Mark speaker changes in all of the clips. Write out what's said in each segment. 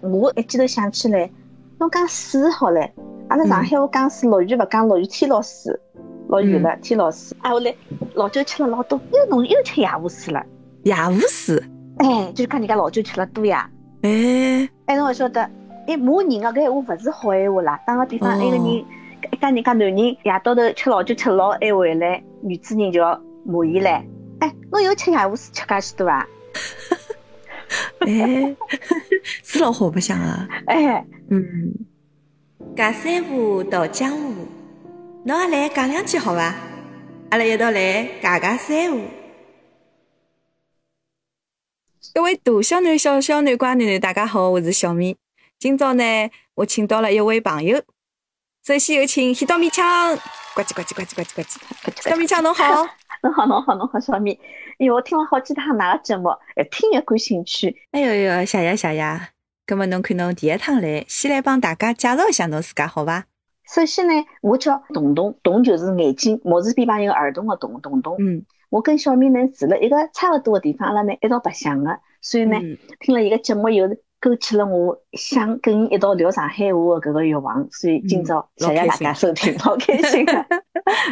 Speaker 1: 我一记头想起来，侬讲水好唻，阿拉上海话讲水，落雨勿讲落雨天落水，落雨了天落水。哎，后来老酒吃了老多，又侬又吃夜壶水了。
Speaker 2: 夜壶水，
Speaker 1: 哎，就是看人家老酒吃了多呀。
Speaker 2: 哎，
Speaker 1: 哎，侬会晓得，哎骂人啊，搿闲话勿是好闲话啦。打个比方，哎
Speaker 2: 哦
Speaker 1: 一个人一家人家男人夜到头吃老酒吃老晚回来，女主人就要骂伊唻。哎，侬又吃夜壶水吃介许多啊？
Speaker 2: 哎， 是老好白相啊。
Speaker 1: 哎，
Speaker 2: 嗯，假山河到江湖，侬也来讲两句好伐？阿拉一道来假假山河。各位大小男、小小男、乖囡囡，大家好，我是小米。今朝呢，我请到了一位朋友。首先有请黑刀米枪，呱唧呱唧呱唧呱唧呱唧。黑刀米枪，侬好。
Speaker 1: 侬好，侬好，侬好，小米。哎哟，我听了好几趟㑚个节目，越听越感兴趣。
Speaker 2: 哎哟哟，谢谢谢谢。葛么侬看侬第一趟来，先来帮大家介绍一下侬自家好伐？
Speaker 1: 首先呢，我叫彤彤，彤就是眼睛，木字边旁一个儿童的彤，彤彤。
Speaker 2: 嗯，
Speaker 1: 我跟小米呢住了一个差勿多的地方，阿拉呢一道白相的，所以呢，
Speaker 2: 嗯
Speaker 1: 听了伊个节目以后，勾起了我想跟伊一道聊上海话的搿个欲望，所
Speaker 2: 嗯
Speaker 1: 以今朝谢谢大家收听，老开心 了。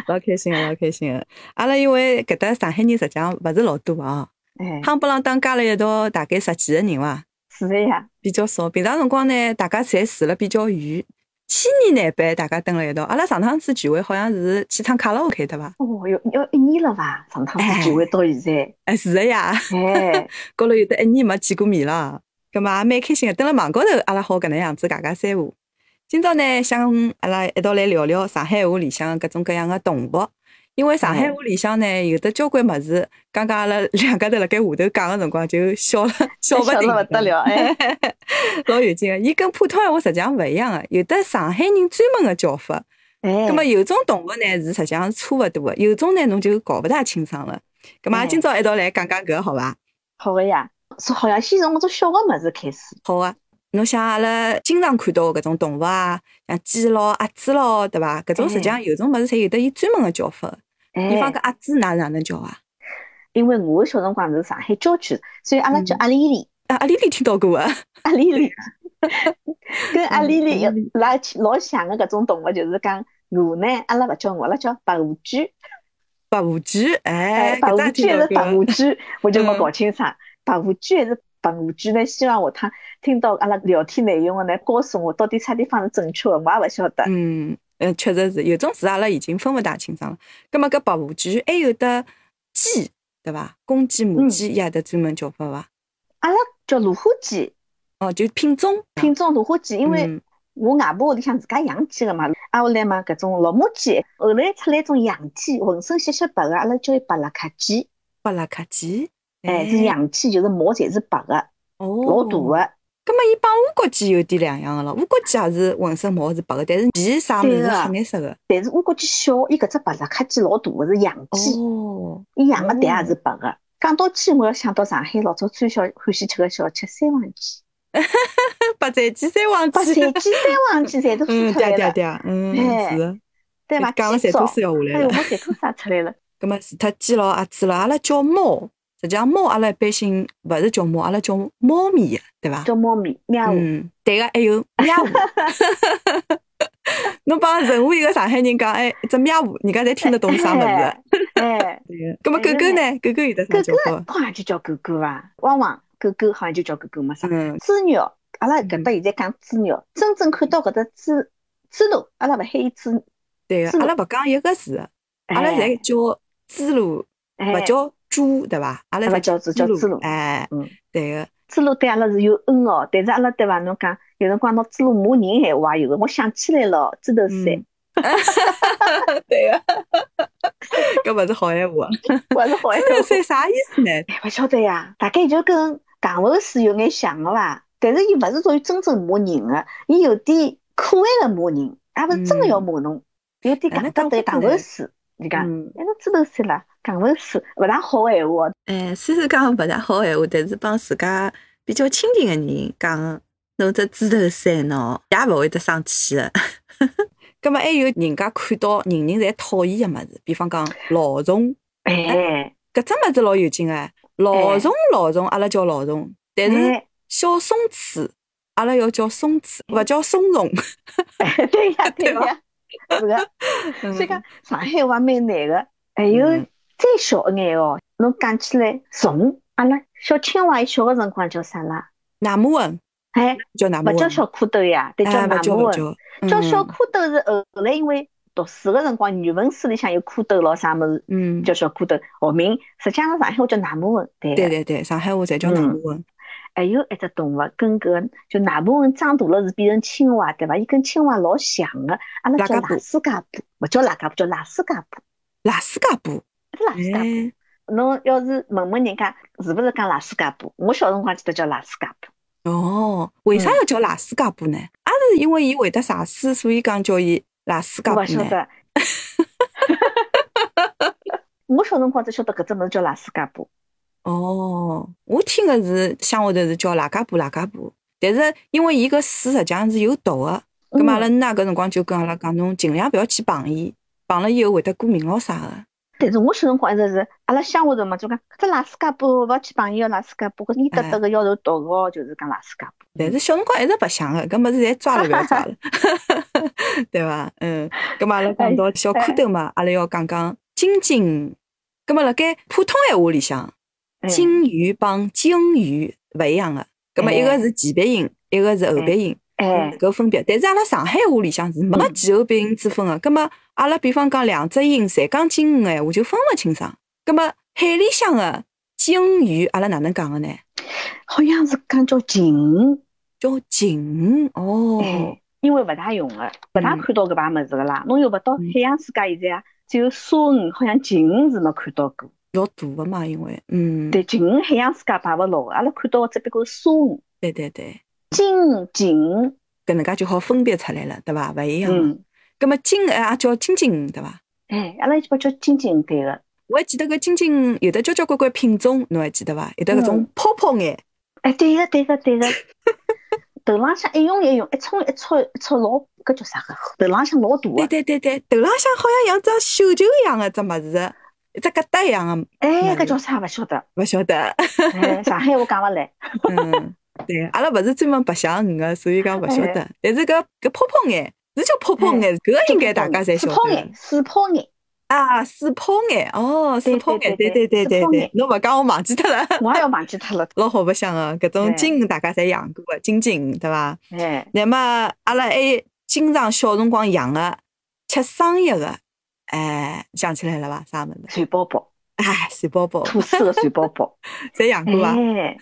Speaker 2: 老开心个，老开心个。阿拉因为搿搭上海人实际上勿是老多啊，
Speaker 1: 哎，
Speaker 2: 夯不啷当加了一道大概十几个人伐，
Speaker 1: 是的呀，
Speaker 2: 比较少。平常辰光呢，大家侪住了比较远，千年难办大家蹲了一道。阿拉上趟子聚会好像是去趟卡拉 OK 对伐？
Speaker 1: 哦哟，要一年了伐？上趟子聚会到现在，
Speaker 2: 哎，是个呀，
Speaker 1: 哎，
Speaker 2: 高头有得一年没见过面了，葛末也蛮开心个。蹲辣网高头，阿拉好搿能样子尬尬三胡。今朝呢，想阿拉一道来聊聊上海话里向各种各样的动物，因为上海话里向呢有的交关物事，刚刚阿拉两家头辣盖下头讲个辰光就笑了， 笑勿
Speaker 1: 笑
Speaker 2: 停，
Speaker 1: 得不得 了，哎，
Speaker 2: 老有劲个。伊跟普通闲话实际上勿一样个，有的上海人专门个叫法，
Speaker 1: 哎，
Speaker 2: 葛末有种动物呢是实际上是差勿多个，有种呢侬就搞勿大清爽了。葛末
Speaker 1: 哎
Speaker 2: 今朝一道来讲讲搿个好伐？
Speaker 1: 好个呀，说好像先从搿种小个物事开始，
Speaker 2: 好啊。侬像阿拉经常看到的搿种动物啊，像鸡咯、鸭子咯，对伐？搿种实
Speaker 1: 嗯
Speaker 2: 际上有种物事侪有得伊专门个叫法的。比方
Speaker 1: 哎
Speaker 2: 讲，鸭子哪哪能叫啊？
Speaker 1: 因为我小辰光是上海郊区，所以阿拉叫
Speaker 2: 嗯
Speaker 1: 阿丽丽，
Speaker 2: 啊，阿丽丽听到过啊。
Speaker 1: 阿丽 丽，跟阿丽丽
Speaker 2: 嗯阿丽丽
Speaker 1: 一拉起老像个搿种动物，就是讲鹅呢，阿拉勿叫鹅，阿拉叫白鹅驹，
Speaker 2: 白胡鸡，哎，
Speaker 1: 白
Speaker 2: 搿
Speaker 1: 鹅
Speaker 2: 只
Speaker 1: 驹
Speaker 2: 听
Speaker 1: 还是
Speaker 2: 到过
Speaker 1: 白
Speaker 2: 啊。
Speaker 1: 鹅驹，我就没
Speaker 2: 嗯
Speaker 1: 搞清爽，白鹅驹还是白鹅驹呢？希望下趟听到阿拉聊天内容个呢，告诉我到底啥地方是正确个，我也勿晓得。
Speaker 2: 嗯，呃，确实是有种字阿拉已经分勿大清爽了。葛末搿白胡鸡还有得鸡，对伐？公鸡、
Speaker 1: 嗯
Speaker 2: 母鸡也有得专门叫法伐？
Speaker 1: 阿拉叫芦花鸡，
Speaker 2: 啊哦，就品种。
Speaker 1: 品种芦花鸡，因为
Speaker 2: 嗯
Speaker 1: 我外婆屋里向自家养鸡个嘛，挨下来嘛搿种老母鸡，后来出来一种洋鸡，浑身血血白个，阿拉叫伊白拉卡鸡，
Speaker 2: 巴拉卡鸡，哦
Speaker 1: 哎，是洋鸡，就是毛侪是白个，老
Speaker 2: 老
Speaker 1: 大个。
Speaker 2: 咁么，伊帮乌骨鸡有点两样个了。乌骨鸡也是浑身毛是白个，但是皮啥物
Speaker 1: 对啊
Speaker 2: 事是
Speaker 1: 个
Speaker 2: 黑颜色个。
Speaker 1: 但是乌骨鸡小，伊搿只白拉卡鸡老大个是洋鸡，
Speaker 2: 哦，
Speaker 1: 伊养个蛋
Speaker 2: 哦
Speaker 1: 也是白个。讲到鸡，我要想到上海老早最小欢喜吃个小吃三黄鸡，
Speaker 2: 白斩鸡、三黄
Speaker 1: 白斩
Speaker 2: 鸡，
Speaker 1: 鸡、三黄鸡侪都
Speaker 2: 嗯，
Speaker 1: 孵出
Speaker 2: 对
Speaker 1: 来
Speaker 2: 啊对啊
Speaker 1: 了，
Speaker 2: 对啊，嗯
Speaker 1: 哎
Speaker 2: 是的。
Speaker 1: 对伐？
Speaker 2: 讲了
Speaker 1: 鸡
Speaker 2: 馋
Speaker 1: 爪
Speaker 2: 吐，水要下
Speaker 1: 哎
Speaker 2: 来
Speaker 1: 呦，我
Speaker 2: 了。
Speaker 1: 馋吐啥出来了？
Speaker 2: 咁啊么，除脱鸡咯、鸭子咯，阿拉叫猫。实际上，猫阿拉一般性勿是叫猫，阿拉叫猫咪个，对伐？
Speaker 1: 叫猫咪喵呜，
Speaker 2: 嗯，对个，还有喵 呜。侬帮任何一个上海人讲，哎，一只喵呜，人家侪听得懂是啥物事。啊
Speaker 1: 哎？哎。
Speaker 2: 对个。咁么，狗狗呢？狗狗有得啥
Speaker 1: 狗
Speaker 2: 叫
Speaker 1: 狗
Speaker 2: 法？
Speaker 1: 好像就叫啊狗狗伐？汪汪，狗狗好像就叫狗狗没啥。
Speaker 2: 嗯，
Speaker 1: 猪肉，阿拉搿搭现在讲猪肉，真正看到搿只猪猪头，阿拉勿喊伊猪，
Speaker 2: 对
Speaker 1: 猪
Speaker 2: 个，阿拉勿讲一个字。阿拉侪叫猪猡，
Speaker 1: 哎
Speaker 2: 哎勿叫猪，对伐？阿拉
Speaker 1: 勿
Speaker 2: 侪
Speaker 1: 叫猪叫
Speaker 2: 猪
Speaker 1: 猪
Speaker 2: 猡
Speaker 1: 猡
Speaker 2: 哎
Speaker 1: 嗯，
Speaker 2: 对个，
Speaker 1: 猪猡对阿拉是有恩哦，但是阿拉对伐？侬讲有辰光拿猪猡骂人闲话也有个，我想起来了，猪头
Speaker 2: 嗯
Speaker 1: 三，，
Speaker 2: 对个，搿勿是好闲 话。
Speaker 1: 我是好闲
Speaker 2: 猪头
Speaker 1: 话。
Speaker 2: 三啥意思呢？
Speaker 1: 哎，勿晓得呀，大概就跟戆猴鼠有眼像个伐？但是伊勿是属于真正骂人个，伊有点可爱个骂人，也勿是真个要骂侬，有点
Speaker 2: 哎那
Speaker 1: 戆搭对
Speaker 2: 讲
Speaker 1: 戆猴
Speaker 2: 法子呢
Speaker 1: 鼠，你讲。
Speaker 2: 嗯，
Speaker 1: 哎，侬知道谁啦？戆猴鼠勿大好闲话哦，
Speaker 2: 哎，虽然讲勿大好闲话，但是帮自家比较亲近个人讲，侬只猪头三喏，也勿会得生气个。 葛末还有人家看到人人侪讨厌个物事，比方讲老虫。
Speaker 1: 哎，
Speaker 2: 搿只物事老有劲哎，老虫老虫，阿拉叫老虫，但是
Speaker 1: 哎，
Speaker 2: 小松鼠阿拉要叫松子，
Speaker 1: 嗯
Speaker 2: 勿叫松 茸。
Speaker 1: 对呀，对呀，是个。
Speaker 2: 嗯
Speaker 1: 所以讲上海话蛮难个，还有再小一眼哦，侬讲起来虫，阿拉小青蛙伊小个辰光叫啥啦？
Speaker 2: 纳木纹，
Speaker 1: 哎，
Speaker 2: 叫纳
Speaker 1: 勿
Speaker 2: 木纹。
Speaker 1: 叫小蝌蚪呀，对，叫
Speaker 2: 哎，
Speaker 1: 纳
Speaker 2: 勿叫
Speaker 1: 木啊
Speaker 2: 勿
Speaker 1: 纹。叫
Speaker 2: 叫，
Speaker 1: 小蝌
Speaker 2: 嗯
Speaker 1: 蚪呃是后来因为读书个辰光，语文书里向有蝌蚪咯啥物事，
Speaker 2: 嗯，
Speaker 1: 叫小蝌蚪。学名实际上上海话叫纳木纹，对
Speaker 2: 对
Speaker 1: 个。
Speaker 2: 对对，上海话侪叫纳
Speaker 1: 嗯
Speaker 2: 木纹。
Speaker 1: 还有一只动物跟搿个就哪部分长大了是变成青蛙，对伐？伊跟青蛙老像个，阿拉
Speaker 2: 拉
Speaker 1: 叫
Speaker 2: 嘎
Speaker 1: 拉
Speaker 2: 布
Speaker 1: 斯加布，勿叫拉嘎布，叫拉斯加布，
Speaker 2: 拉斯加布，
Speaker 1: 一只拉斯加布。
Speaker 2: 哎，
Speaker 1: 侬要是问问人家是勿是讲拉斯加布，我小辰光记得叫拉斯加布。
Speaker 2: 哦，为啥
Speaker 1: 嗯
Speaker 2: 要叫拉斯加布呢？也是因为伊会得洒水，所以讲叫伊拉斯加
Speaker 1: 我
Speaker 2: 布
Speaker 1: 勿晓
Speaker 2: 呢。
Speaker 1: 得。我小辰光只晓得搿只物事叫拉斯加布，
Speaker 2: 哦，我听个是乡下头是叫拉嘎布拉嘎布，但是因为伊个水实际上是有毒个，咁
Speaker 1: 嗯
Speaker 2: 嘛阿拉那搿辰光就跟阿拉讲，侬尽量勿要去碰伊，碰了以后会得过敏咯啥个。
Speaker 1: 但是我小辰光一直是阿拉乡哎下头嘛，就讲搿只拉斯加布勿要去碰伊个拉斯加布，搿黏得得个要受毒个，就是讲拉斯加布。
Speaker 2: 但是小辰光一直白相个，搿物事侪抓了勿要抓了， 对伐？嗯，咁嘛阿
Speaker 1: 哎
Speaker 2: 拉讲到小蝌蚪嘛，阿拉要讲讲金鲸。咁么辣盖普通闲话里向，
Speaker 1: 哎
Speaker 2: 金鱼帮鲸鱼勿一样个，咁么一个
Speaker 1: 哎
Speaker 2: 是前鼻音，一个是后鼻音。
Speaker 1: 哎，
Speaker 2: 搿分别。但是阿拉上海话里向是没个
Speaker 1: 嗯
Speaker 2: 前后鼻音之分个。葛末阿拉比方讲两只音侪讲金鱼个闲话，就分勿清爽。葛末海里向个鲸鱼，阿拉哪能讲个呢？
Speaker 1: 好像是讲叫鲸。
Speaker 2: 叫鲸鱼哦
Speaker 1: 哎，，因为勿大用个，勿大
Speaker 2: 嗯
Speaker 1: 看到搿排物事个啦。侬又勿到
Speaker 2: 嗯
Speaker 1: 海洋世界现在啊，只有鲨鱼，好像鲸鱼是没看到过。
Speaker 2: 老大个嘛，因为嗯，
Speaker 1: 对，鲸鱼海洋世界排勿牢个，阿拉看到个只不过是鲨鱼、
Speaker 2: 对对对，
Speaker 1: 鲸鱼、鲸鱼。
Speaker 2: 搿能介就好分别出来了，对伐？勿一样个。
Speaker 1: 嗯，
Speaker 2: 葛末鲸鱼也叫金鲸鱼，对伐？
Speaker 1: 哎，阿拉一般叫鲸鲸对个。
Speaker 2: 我还记得搿金鲸鱼有的交交关关品种，侬还记得伐？有的搿种
Speaker 1: 嗯
Speaker 2: 泡泡眼，
Speaker 1: 哎，对个，对个，对个。头浪向一用一用，一冲一戳一戳老，搿叫啥个？头浪向老大
Speaker 2: 对
Speaker 1: 个。
Speaker 2: 对对对，头浪向好像像只绣球一样个只物事，一只疙瘩一样个
Speaker 1: 哎，
Speaker 2: 哪里
Speaker 1: 搿叫啥勿晓 得。
Speaker 2: 勿晓得，
Speaker 1: 哎，上海话讲勿来。
Speaker 2: 嗯， 对，阿拉勿是专门白相鱼个，所以讲勿晓
Speaker 1: 哎
Speaker 2: 得。但是搿搿泡泡眼是叫泡泡眼，搿个应该大家侪晓
Speaker 1: 水哎泡
Speaker 2: 得
Speaker 1: 眼，水泡眼，
Speaker 2: 啊。水泡眼，哦，水泡眼，对
Speaker 1: 对对
Speaker 2: 对对
Speaker 1: 对对
Speaker 2: 对
Speaker 1: 水泡
Speaker 2: 对
Speaker 1: 眼，
Speaker 2: 侬勿讲我忘记脱 了，
Speaker 1: 我也要忘记脱了。
Speaker 2: 老好白相个。搿种
Speaker 1: 对
Speaker 2: 金鱼大家侪养过个，金金鱼对伐？
Speaker 1: 哎，
Speaker 2: 那么阿拉还经常小辰光养个吃桑叶个，哎，想起来了伐？啥物事？
Speaker 1: 水宝宝。
Speaker 2: 哎，水宝宝，
Speaker 1: 吐司个水宝 宝，
Speaker 2: 侪养过伐？
Speaker 1: 哎，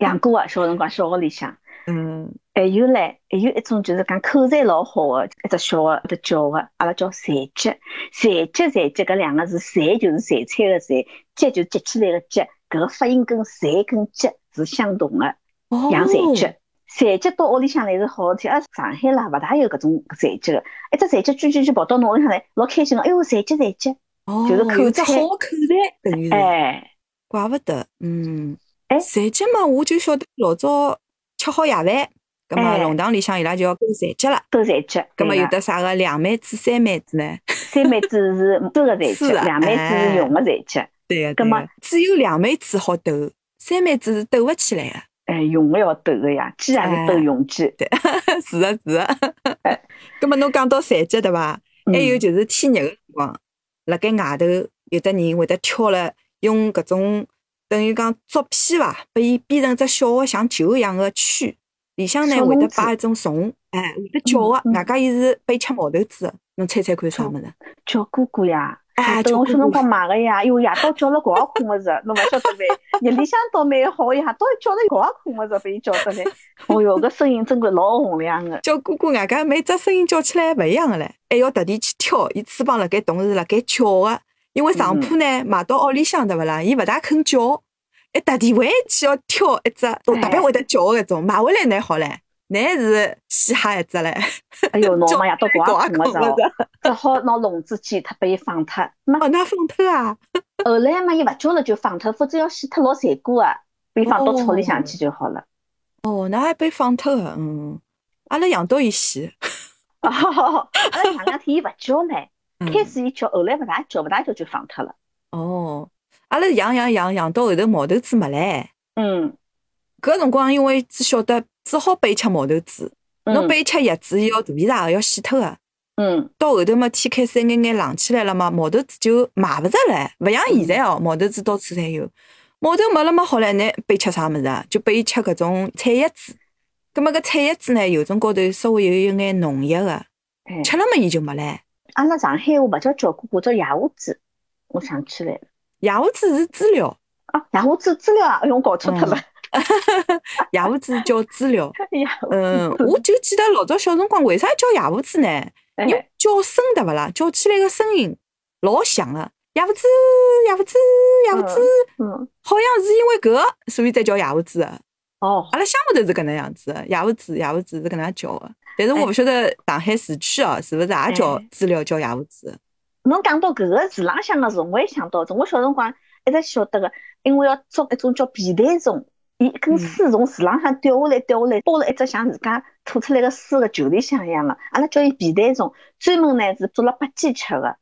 Speaker 1: 养过啊，小辰光小学里向，
Speaker 2: 嗯，
Speaker 1: 还有嘞，还有一种就是讲口才老好个，一只小个，一只叫个，阿拉叫残疾，残疾残疾搿两个字，残就是残菜个残，疾就接起来个疾，搿个发音跟残跟疾是相同个，
Speaker 2: 哦
Speaker 1: 养残疾。残疾到屋里向来是好事体，而啊上海啦勿大有搿种残疾个，一只残疾居居居跑到侬屋里向来，老开心个，哎哟，残疾残疾，
Speaker 2: 哦，
Speaker 1: 就是口
Speaker 2: 有只
Speaker 1: 才
Speaker 2: 好口才，等于是。
Speaker 1: 哎，
Speaker 2: 怪勿得，嗯，
Speaker 1: 哎
Speaker 2: 残疾嘛，我就晓得老早吃好夜饭，葛么
Speaker 1: 哎
Speaker 2: 弄堂里向伊拉就要勾残疾了，
Speaker 1: 都残疾，
Speaker 2: 葛么
Speaker 1: 对
Speaker 2: 啊有
Speaker 1: 个
Speaker 2: 的啥个两妹子、三妹子呢？
Speaker 1: 哎 三妹子是多个残疾，
Speaker 2: 是啊哎的
Speaker 1: 两妹子是用个残疾，
Speaker 2: 对个，
Speaker 1: 葛
Speaker 2: 对
Speaker 1: 么
Speaker 2: 个，只有两妹子好斗，三妹子是斗勿起来个。
Speaker 1: 哎，用个要斗个呀，鸡也
Speaker 2: 哎
Speaker 1: 是斗用鸡。
Speaker 2: 是个，是个
Speaker 1: 哎。
Speaker 2: 葛么侬讲到残疾对伐？
Speaker 1: 嗯
Speaker 2: 还有就是天热个辰光，辣盖外头有的人会得挑了用搿种等于讲竹片伐，拨伊编成只小个像球一样个圈，里向呢
Speaker 1: 小
Speaker 2: 会得
Speaker 1: 笼子
Speaker 2: 摆一种虫，哎，会得叫个，
Speaker 1: 嗯嗯
Speaker 2: 外加伊是拨伊吃毛豆子个，侬猜猜看啥物事？
Speaker 1: 叫哥哥呀，
Speaker 2: 哎，
Speaker 1: 等
Speaker 2: 叫
Speaker 1: 我小辰
Speaker 2: 咕咕
Speaker 1: 光买个呀，哟，夜到叫了搿也困勿着，侬勿晓得呗？夜里向倒蛮好，夜到叫了搿也困勿着，被伊叫得来。哦哟，搿声音真个老洪亮个。
Speaker 2: 叫咕咕，外加每只声音叫起来勿一样个唻，还要特地去挑，伊翅膀辣盖同时辣盖叫个，因为上铺呢买到屋里向对勿啦，伊勿大肯叫，还特地回去要挑一只，我特别会得叫个搿种，买回来拿好唻，拿是嘻哈一只唻，
Speaker 1: 哎哟，侬嘛夜到
Speaker 2: 搞
Speaker 1: 搿
Speaker 2: 也
Speaker 1: 也
Speaker 2: 搞
Speaker 1: 困勿着，
Speaker 2: 勿着，
Speaker 1: 只好拿笼子鸡脱拨伊放脱。嘛，
Speaker 2: 哦，那放脱啊，
Speaker 1: 后来嘛，伊勿叫了就放脱，否则要死脱老残酷个，被伊放到草里向去就好了。
Speaker 2: 哦，那还被放脱个，嗯，阿拉养到伊死，
Speaker 1: 哦，阿拉前两天伊勿叫唻，
Speaker 2: 嗯
Speaker 1: 开始伊叫，后来勿大叫，勿大叫就放脱了。
Speaker 2: 哦，阿拉养养养养到后头毛头子没唻。
Speaker 1: 嗯，
Speaker 2: 搿辰光因为只晓得只好拨伊吃毛豆子，侬拨伊吃叶子，伊要肚皮大，要死脱个。
Speaker 1: 嗯
Speaker 2: 到后头嘛，天开始一眼眼冷起来了嘛，毛豆子就买勿着了，勿像现在哦，毛豆子到处侪有。毛豆没了嘛，好了，拿拨伊吃啥物事啊？就拨伊吃搿种菜叶子。葛末搿菜叶子呢，油种高头稍微有一眼浓液个，
Speaker 1: 嗯，
Speaker 2: 吃了嘛伊就没了。
Speaker 1: 阿拉啊上海话勿叫饺子，叫野胡子。我想起来了，
Speaker 2: 野胡子是资料，
Speaker 1: 啊，野胡子资料啊，哎呦，我搞错脱了。
Speaker 2: 野胡子叫资料。
Speaker 1: 野
Speaker 2: 嗯，我就记得老早小辰光，为啥叫野胡子呢？因
Speaker 1: 哎
Speaker 2: 为叫声对勿啦？叫起来个声音老响个，野胡子，野胡子，野胡子。
Speaker 1: 嗯，
Speaker 2: 好像是因为搿个，所以才叫野胡子的。
Speaker 1: 哦，
Speaker 2: 阿拉乡下头是搿能样子的，野胡子，野胡子是搿能样叫的。但是我勿晓得上海市区哦，是勿是也叫
Speaker 1: 哎
Speaker 2: 资料叫野胡子？
Speaker 1: 侬讲到搿个字浪向个虫，我也想到种，我小辰光一直晓得个，因为要捉一种叫皮带虫，伊一根
Speaker 2: 嗯
Speaker 1: 丝从树浪向掉下来，掉下来，包了一只像自家吐出来个丝个球里向一样个，阿拉叫伊皮带虫，专门呢是做了八鸡吃个，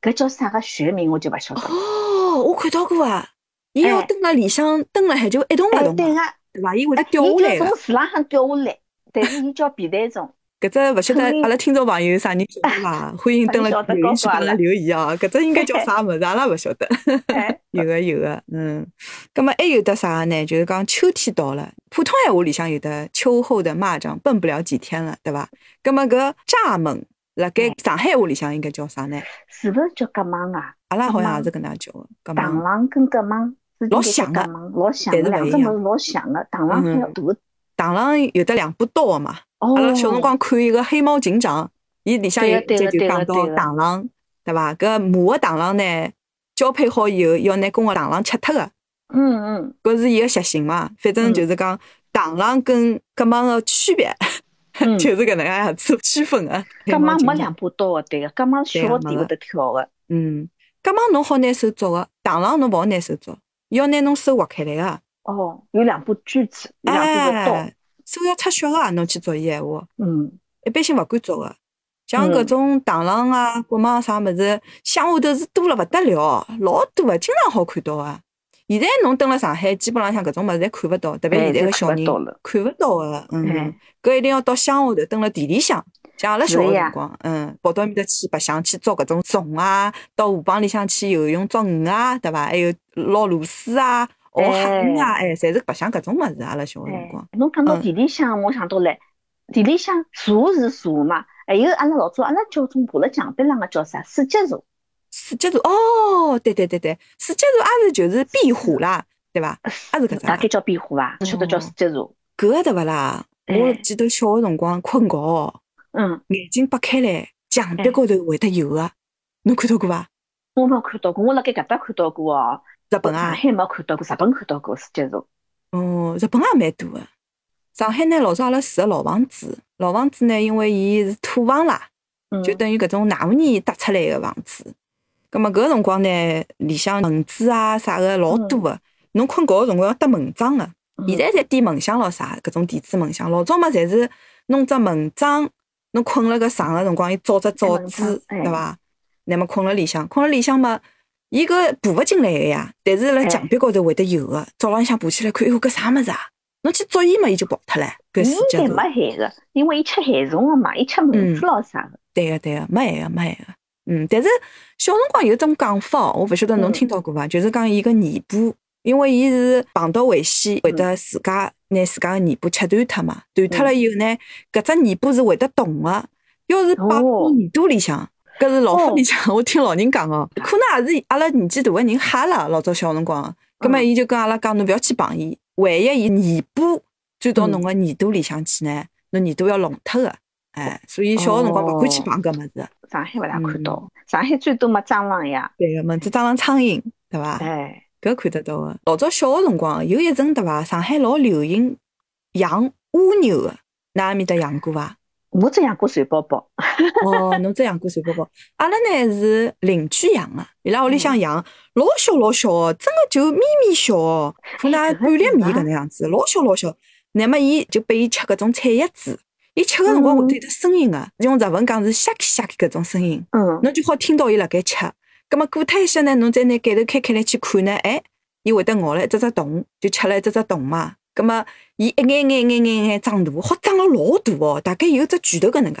Speaker 1: 搿叫啥个学名我就勿晓得了。
Speaker 2: 哦，我看到过啊，伊
Speaker 1: 哎
Speaker 2: 要蹲辣里向蹲了海就一动勿
Speaker 1: 哎，
Speaker 2: 动
Speaker 1: 对
Speaker 2: 的，
Speaker 1: 个，
Speaker 2: 对伐？伊会得
Speaker 1: 哎
Speaker 2: 掉下来
Speaker 1: 伊就
Speaker 2: 的。
Speaker 1: 从树浪向掉下来，但是伊叫皮带 虫。
Speaker 2: 搿只勿晓得
Speaker 1: 肯定
Speaker 2: 阿拉听众朋友有啥人晓得 伐？欢迎蹲辣
Speaker 1: 晓得
Speaker 2: 留言
Speaker 1: 告
Speaker 2: 区
Speaker 1: 诉阿拉
Speaker 2: 帮阿拉留言哦。搿只应该叫啥物事？阿拉勿晓得。
Speaker 1: 哎，
Speaker 2: 有个有个，嗯，葛么还有的啥呢？就是讲秋天到了，普通闲话里向有的秋后的蚂蚱蹦不了几天了，对伐？葛么搿蚱蜢，辣盖
Speaker 1: 嗯
Speaker 2: 上海话里向应该叫啥呢？
Speaker 1: 是勿是叫蛤蟆啊？
Speaker 2: 阿拉好像也
Speaker 1: 蟆
Speaker 2: 是搿能样叫的，葛
Speaker 1: 螳
Speaker 2: 么
Speaker 1: 螂跟蛤蟆之
Speaker 2: 老啊
Speaker 1: 间
Speaker 2: 像
Speaker 1: 的
Speaker 2: 的
Speaker 1: 蛤蟆老像
Speaker 2: 但
Speaker 1: 的，
Speaker 2: 是
Speaker 1: 两
Speaker 2: 勿
Speaker 1: 只
Speaker 2: 一
Speaker 1: 物
Speaker 2: 样
Speaker 1: 事老像的，螳螂还要
Speaker 2: 嗯
Speaker 1: 大个。
Speaker 2: 螳螂有的两把刀的嘛。
Speaker 1: 哦，
Speaker 2: 阿拉小辰光看一个《黑猫警长》，伊里向
Speaker 1: 对
Speaker 2: 有
Speaker 1: 个
Speaker 2: 一
Speaker 1: 对
Speaker 2: 集
Speaker 1: 个
Speaker 2: 就
Speaker 1: 对
Speaker 2: 讲
Speaker 1: 个
Speaker 2: 到
Speaker 1: 对个
Speaker 2: 螳螂，对伐？搿母个螳螂呢，交配好以后要拿公个螳螂吃脱个。
Speaker 1: 嗯嗯
Speaker 2: 搿是伊个习性嘛，反正就是讲螳螂跟蛤蟆个区别，
Speaker 1: 嗯
Speaker 2: 就是搿能介样子啊区分 个。
Speaker 1: 蛤蟆没
Speaker 2: 黑猫警
Speaker 1: 两
Speaker 2: 长，
Speaker 1: 把刀个，啊对个，蛤蟆是
Speaker 2: 对
Speaker 1: 小
Speaker 2: 个
Speaker 1: 地
Speaker 2: 没
Speaker 1: 会
Speaker 2: 个
Speaker 1: 得跳啊个。
Speaker 2: 嗯，蛤蟆侬好拿手捉个，螳螂侬勿好拿手捉，要拿侬手划开来个，
Speaker 1: 哦，有两把锯子，有两把个刀
Speaker 2: 哎。，手要出血个，侬去捉伊闲话，
Speaker 1: 嗯，
Speaker 2: 一般性勿敢捉个。像
Speaker 1: 嗯
Speaker 2: 搿种螳螂啊、蛤蟆啥物事，乡下头是多了勿得了，老多个，经常好看到个。现在侬蹲辣上海，基本浪向搿种物事侪看勿到，特别
Speaker 1: 哎
Speaker 2: 现在
Speaker 1: 侪
Speaker 2: 个
Speaker 1: 看
Speaker 2: 小
Speaker 1: 勿
Speaker 2: 人
Speaker 1: 到了
Speaker 2: 看勿到个，嗯
Speaker 1: 哎。，
Speaker 2: 搿一定要到乡下头，蹲辣地里向，像阿拉小
Speaker 1: 是
Speaker 2: 个
Speaker 1: 呀
Speaker 2: 辰光，嗯，跑到埃面搭去白相，去捉搿种虫啊，到河浜里向去游泳捉鱼啊，对伐？还有捞螺丝啊，学海鱼啊，哎，侪是白相搿种物事。阿拉小个辰
Speaker 1: 哎
Speaker 2: 光，，
Speaker 1: 侬讲到
Speaker 2: 嗯
Speaker 1: 地里向，我想到唻，地里向蛇是蛇嘛，还有阿拉老早阿拉叫种爬辣墙壁浪个叫啥？四脚蛇。
Speaker 2: 四脚蛇哦，对对对对，四脚蛇也是就是壁虎啦，对伐？也是搿只
Speaker 1: 大
Speaker 2: 啊。
Speaker 1: 概叫壁虎伐？晓得叫
Speaker 2: 哦
Speaker 1: 四脚蛇。
Speaker 2: 搿个对勿啦？我
Speaker 1: 哎
Speaker 2: 记得小个辰光困觉哦，
Speaker 1: 嗯，
Speaker 2: 眼睛扒开来，墙壁高头会得有个，侬看到过伐？
Speaker 1: 我没看到过，我辣盖搿搭看到过哦。
Speaker 2: 日本
Speaker 1: 上
Speaker 2: 啊，
Speaker 1: 海没看到过，日本看到过四脚蛇。
Speaker 2: 哦，日本也蛮多个。上海呢，老早阿拉住个老房子，老房子呢，因为伊是土房啦，
Speaker 1: 嗯
Speaker 2: 就等于搿种廿五年搭出来个房子。葛末搿个辰光呢，里向蚊子啊啥个老多个，侬困觉个辰光要搭蚊帐个。
Speaker 1: 嗯
Speaker 2: 现在侪点蚊香咯啥，搿种电子蚊香。老早嘛，侪是弄只蚊帐，侬困辣个床个辰光，伊罩只罩子，
Speaker 1: 哎蚊帐哎
Speaker 2: 对伐？那么困辣里向，困辣里向嘛，伊搿爬勿进来个呀，但是辣
Speaker 1: 哎
Speaker 2: 墙壁高头会得有个。早浪向爬起来看，哎哟，搿啥物事啊？侬去捉伊嘛，伊就跑脱了。搿
Speaker 1: 伊
Speaker 2: 四
Speaker 1: 应
Speaker 2: 脚
Speaker 1: 该
Speaker 2: 蛇
Speaker 1: 没，害个，因为伊吃害虫个嘛，伊吃蚊子咯啥个。
Speaker 2: 对啊个对个，没害个没害个。嗯，但是小辰光有种讲法哦，我勿晓得
Speaker 1: 嗯
Speaker 2: 侬听到过伐？就是讲伊个尾巴，因为伊是碰到危险，会得自家拿自家个尾巴切断脱嘛，断脱了
Speaker 1: 嗯
Speaker 2: 以后呢，搿只尾巴是会得动个。要是摆到
Speaker 1: 哦
Speaker 2: 耳朵里向，搿是老
Speaker 1: 哦
Speaker 2: 夫里向， 我听老人讲哦，可能也是阿拉年纪大个人吓了，老早小辰光，葛末
Speaker 1: 嗯
Speaker 2: 伊就跟阿拉讲，侬勿要去碰伊，万一伊尾巴钻到
Speaker 1: 嗯
Speaker 2: 侬个耳朵里向去呢，侬耳朵要聋脱个。哎，所以小个辰光勿敢去
Speaker 1: 哦
Speaker 2: 碰搿物事。
Speaker 1: 上海勿大看到，上海最多没蟑螂呀。
Speaker 2: 对个，蚊子、蟑螂、苍蝇，对伐？
Speaker 1: 哎，
Speaker 2: 搿看得到啊个。老早小个辰光，有一阵对伐？上海老流行养蜗牛个，㑚埃面搭养过 伐？
Speaker 1: 我只养过蚕宝宝。
Speaker 2: 哦，侬只养过蚕宝宝？阿拉呢是邻居养个，伊拉屋里向养老小老小个，真个就咪咪小哦，可能
Speaker 1: 哎
Speaker 2: 也
Speaker 1: 搿个
Speaker 2: 半粒米
Speaker 1: 怎么
Speaker 2: 搿能样子，老小老小。乃末伊就拨伊吃搿种菜叶子，伊吃个辰光会得有得声音个，啊用日文讲是响响搿种声音。
Speaker 1: 嗯，
Speaker 2: 侬就好听到伊辣盖吃。葛么过脱一歇呢，侬再拿盖头开开来去看呢，哎，伊会得咬了一只只洞，就吃了一只只洞嘛。咁么伊一眼眼眼眼眼长大，好长了老大哦，大概有只拳头搿能介，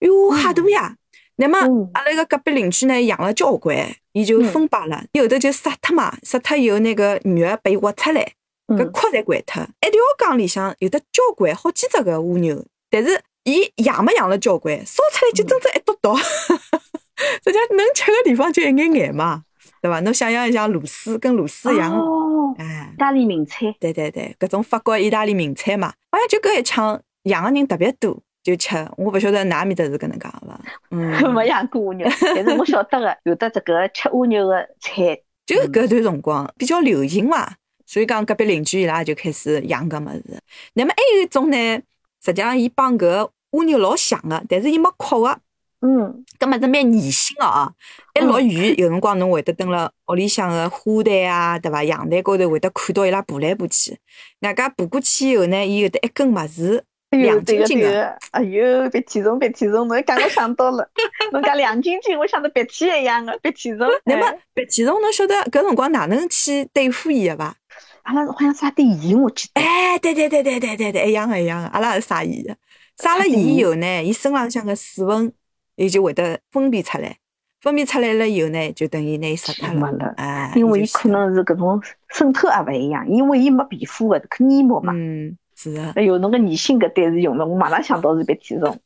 Speaker 2: 哟吓大呀！那么
Speaker 1: 嗯
Speaker 2: 阿拉一个隔壁邻居呢养了交关，伊就分摆了，有的就杀脱嘛，杀脱以后那个女儿被挖出来，搿
Speaker 1: 嗯
Speaker 2: 壳侪掼脱。一条江里向有的交关好几只搿蜗牛，但是伊养没养了交关，烧出来就整整一坨 坨。实际上能吃个地方就一眼眼嘛，对伐？侬想象一下螺丝跟螺丝一样，
Speaker 1: 哦，
Speaker 2: 哎。
Speaker 1: 意大利名菜，
Speaker 2: 对对对，搿种法国、意大利名菜嘛，好像就搿一腔养个人特别多，就吃。我勿晓得㑚面搭是搿能介个伐？
Speaker 1: 没
Speaker 2: 嗯，
Speaker 1: 养过蜗牛，但是我晓得个，有的这个吃蜗牛的菜，
Speaker 2: 就搿段辰光比较流行嘛，所以讲隔壁邻居伊拉就开始养搿物事。那么还有一种呢，实际上伊帮搿蜗牛老像个，但是伊没壳个，
Speaker 1: 嗯，
Speaker 2: 搿物事蛮粘性个啊。一落雨，有辰光侬会得蹲辣屋里向个花台啊，对伐？阳台高头会得看到伊拉爬来爬去。外加爬过去以后呢，伊有得一根物事。
Speaker 1: 有
Speaker 2: 两
Speaker 1: 哎这个
Speaker 2: 斤斤
Speaker 1: 这
Speaker 2: 的
Speaker 1: 个，哎呦，别体重别体重，侬一讲我想到 了，侬讲两斤斤，我想到别体一样的别体重，
Speaker 2: 那么
Speaker 1: 哎
Speaker 2: 白其侬侬晓得搿辰光哪能去对付伊个伐？
Speaker 1: 阿拉好像是啥点盐，我记得，
Speaker 2: 哎，对对对对对对对，一样个一样个，阿拉也是撒盐个。撒了盐以后呢，伊身浪向个水分，伊就会得分泌出来，分泌出来了以后呢，就等于拿伊杀脱
Speaker 1: 没
Speaker 2: 了。
Speaker 1: 了。
Speaker 2: 哎，
Speaker 1: 因为
Speaker 2: 伊
Speaker 1: 伊
Speaker 2: 就
Speaker 1: 可
Speaker 2: 死了
Speaker 1: 能是搿种渗透也勿一样，因为伊没皮肤个，搿黏膜嘛。
Speaker 2: 嗯，是个。
Speaker 1: 哎呦，侬个粘性搿单词用了，我马上想到是别体重。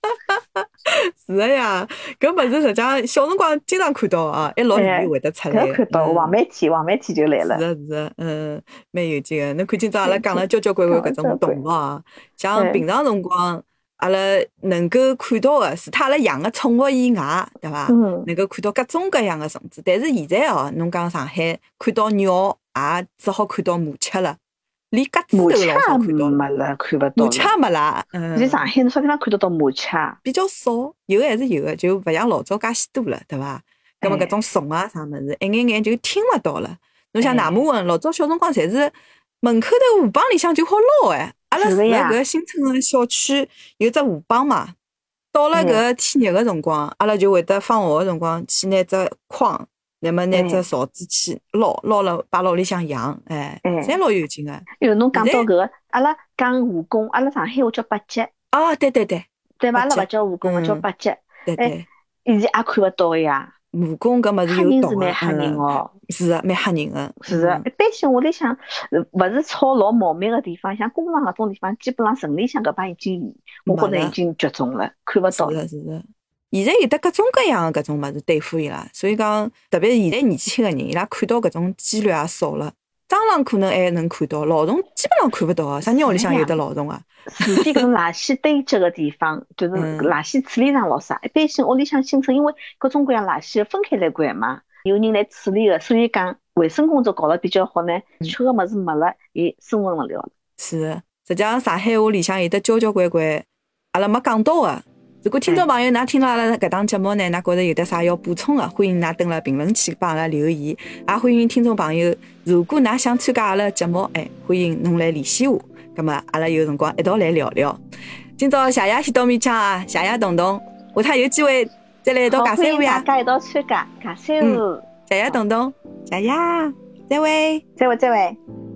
Speaker 2: 是个呀，搿物事实际上小辰光经常看到啊，一落
Speaker 1: 哎
Speaker 2: 雨会得出来
Speaker 1: 搿
Speaker 2: 个。
Speaker 1: 看到
Speaker 2: 嗯
Speaker 1: 黄梅天，黄梅天就来
Speaker 2: 是
Speaker 1: 了。
Speaker 2: 的，是的，嗯，蛮有劲个。侬看今朝阿拉
Speaker 1: 对
Speaker 2: 讲了交交关关搿
Speaker 1: 交
Speaker 2: 种
Speaker 1: 关
Speaker 2: 动物啊，像
Speaker 1: 对
Speaker 2: 平常辰光阿拉能够看到个，除脱阿拉养个宠物以外，对伐？
Speaker 1: 嗯，
Speaker 2: 能够看到各种各样个虫子。但是现在哦，侬讲上海看到鸟也只好看到麻雀了，连鸽子
Speaker 1: 麻
Speaker 2: 都
Speaker 1: 雀
Speaker 2: 老少
Speaker 1: 也
Speaker 2: 看到了，
Speaker 1: 没了，看勿到
Speaker 2: 麻
Speaker 1: 了。
Speaker 2: 雀也没啦，
Speaker 1: 现在
Speaker 2: 嗯，
Speaker 1: 上海侬啥地方看得到麻雀啊？
Speaker 2: 比较少，有还是有个，就勿像老早介许多了，对伐？葛末
Speaker 1: 哎
Speaker 2: 搿种虫啊啥物事，一眼眼就听勿到了。侬像
Speaker 1: 哎
Speaker 2: 南马文，老早小辰光侪是门口头河浜里向就好捞哎。阿拉
Speaker 1: 是
Speaker 2: 住
Speaker 1: 的
Speaker 2: 辣
Speaker 1: 呀
Speaker 2: 搿新村个小区有只河浜嘛，到了
Speaker 1: 哎
Speaker 2: 搿天热个辰光，阿拉就会得放学个辰光去拿只筐，乃末拿只
Speaker 1: 哎
Speaker 2: 勺子去捞，捞了摆辣屋里向养，哎，
Speaker 1: 哎
Speaker 2: 侪老有劲个。
Speaker 1: 哎呦，侬讲到
Speaker 2: 现
Speaker 1: 搿个，阿拉讲蜈蚣，阿拉上海话叫八节，
Speaker 2: 哦，对对对
Speaker 1: 对伐？
Speaker 2: 八
Speaker 1: 阿拉
Speaker 2: 节
Speaker 1: 勿叫蜈蚣，我叫
Speaker 2: 嗯
Speaker 1: 八节。
Speaker 2: 对
Speaker 1: 哎
Speaker 2: 对，
Speaker 1: 现在也看勿到个呀，
Speaker 2: 蜈蚣搿物事
Speaker 1: 吓
Speaker 2: 有
Speaker 1: 人
Speaker 2: 毒
Speaker 1: 是蛮
Speaker 2: 个，
Speaker 1: 吓人
Speaker 2: 嗯，
Speaker 1: 哦。
Speaker 2: 是个蛮吓人个，
Speaker 1: 是的
Speaker 2: 嗯，
Speaker 1: 一般性屋里向，呃勿是草老茂密个地方，像工厂搿种地方，基本上城里向搿帮已经，我觉
Speaker 2: 没
Speaker 1: 着
Speaker 2: 了
Speaker 1: 已经绝种了，看勿
Speaker 2: 是
Speaker 1: 到了。
Speaker 2: 的，是的。现在有得各种各样的搿种物事对付伊拉，所以讲特别现在年纪轻个人，伊拉看到搿种几率也少了。蟑螂可能还能看到，老虫基本上看勿到啊。啥鸟里向有得老虫啊？
Speaker 1: 除非搿种垃圾堆积个地方，就是
Speaker 2: 嗯
Speaker 1: 垃圾处理厂咾啥，一般性屋里向新村，因为各种各样垃圾分开来管嘛，有人来处理个，所以讲卫生工作搞得比较好呢，吃个物事没了，也生存勿了了。
Speaker 2: 是的，实际上上海话里向有得交交关关，阿拉没讲到个。如果听众朋友㑚听了阿拉搿档节目呢，㑚觉着有得啥要补充个、欢迎㑚登辣评论区帮阿拉留言，也欢迎听众朋友，如果㑚想参加阿拉的节目，哎，欢迎侬来联系我，葛末阿拉有辰光一道来聊聊。今朝谢谢先到面腔啊，谢谢彤彤，下趟有机会再来一道
Speaker 1: 好，
Speaker 2: 尬
Speaker 1: 欢
Speaker 2: 三
Speaker 1: 迎
Speaker 2: 胡
Speaker 1: 大
Speaker 2: 呀，
Speaker 1: 家一道参加，尬三胡，
Speaker 2: 谢谢彤彤，谢谢，再会。
Speaker 1: 再会，再会。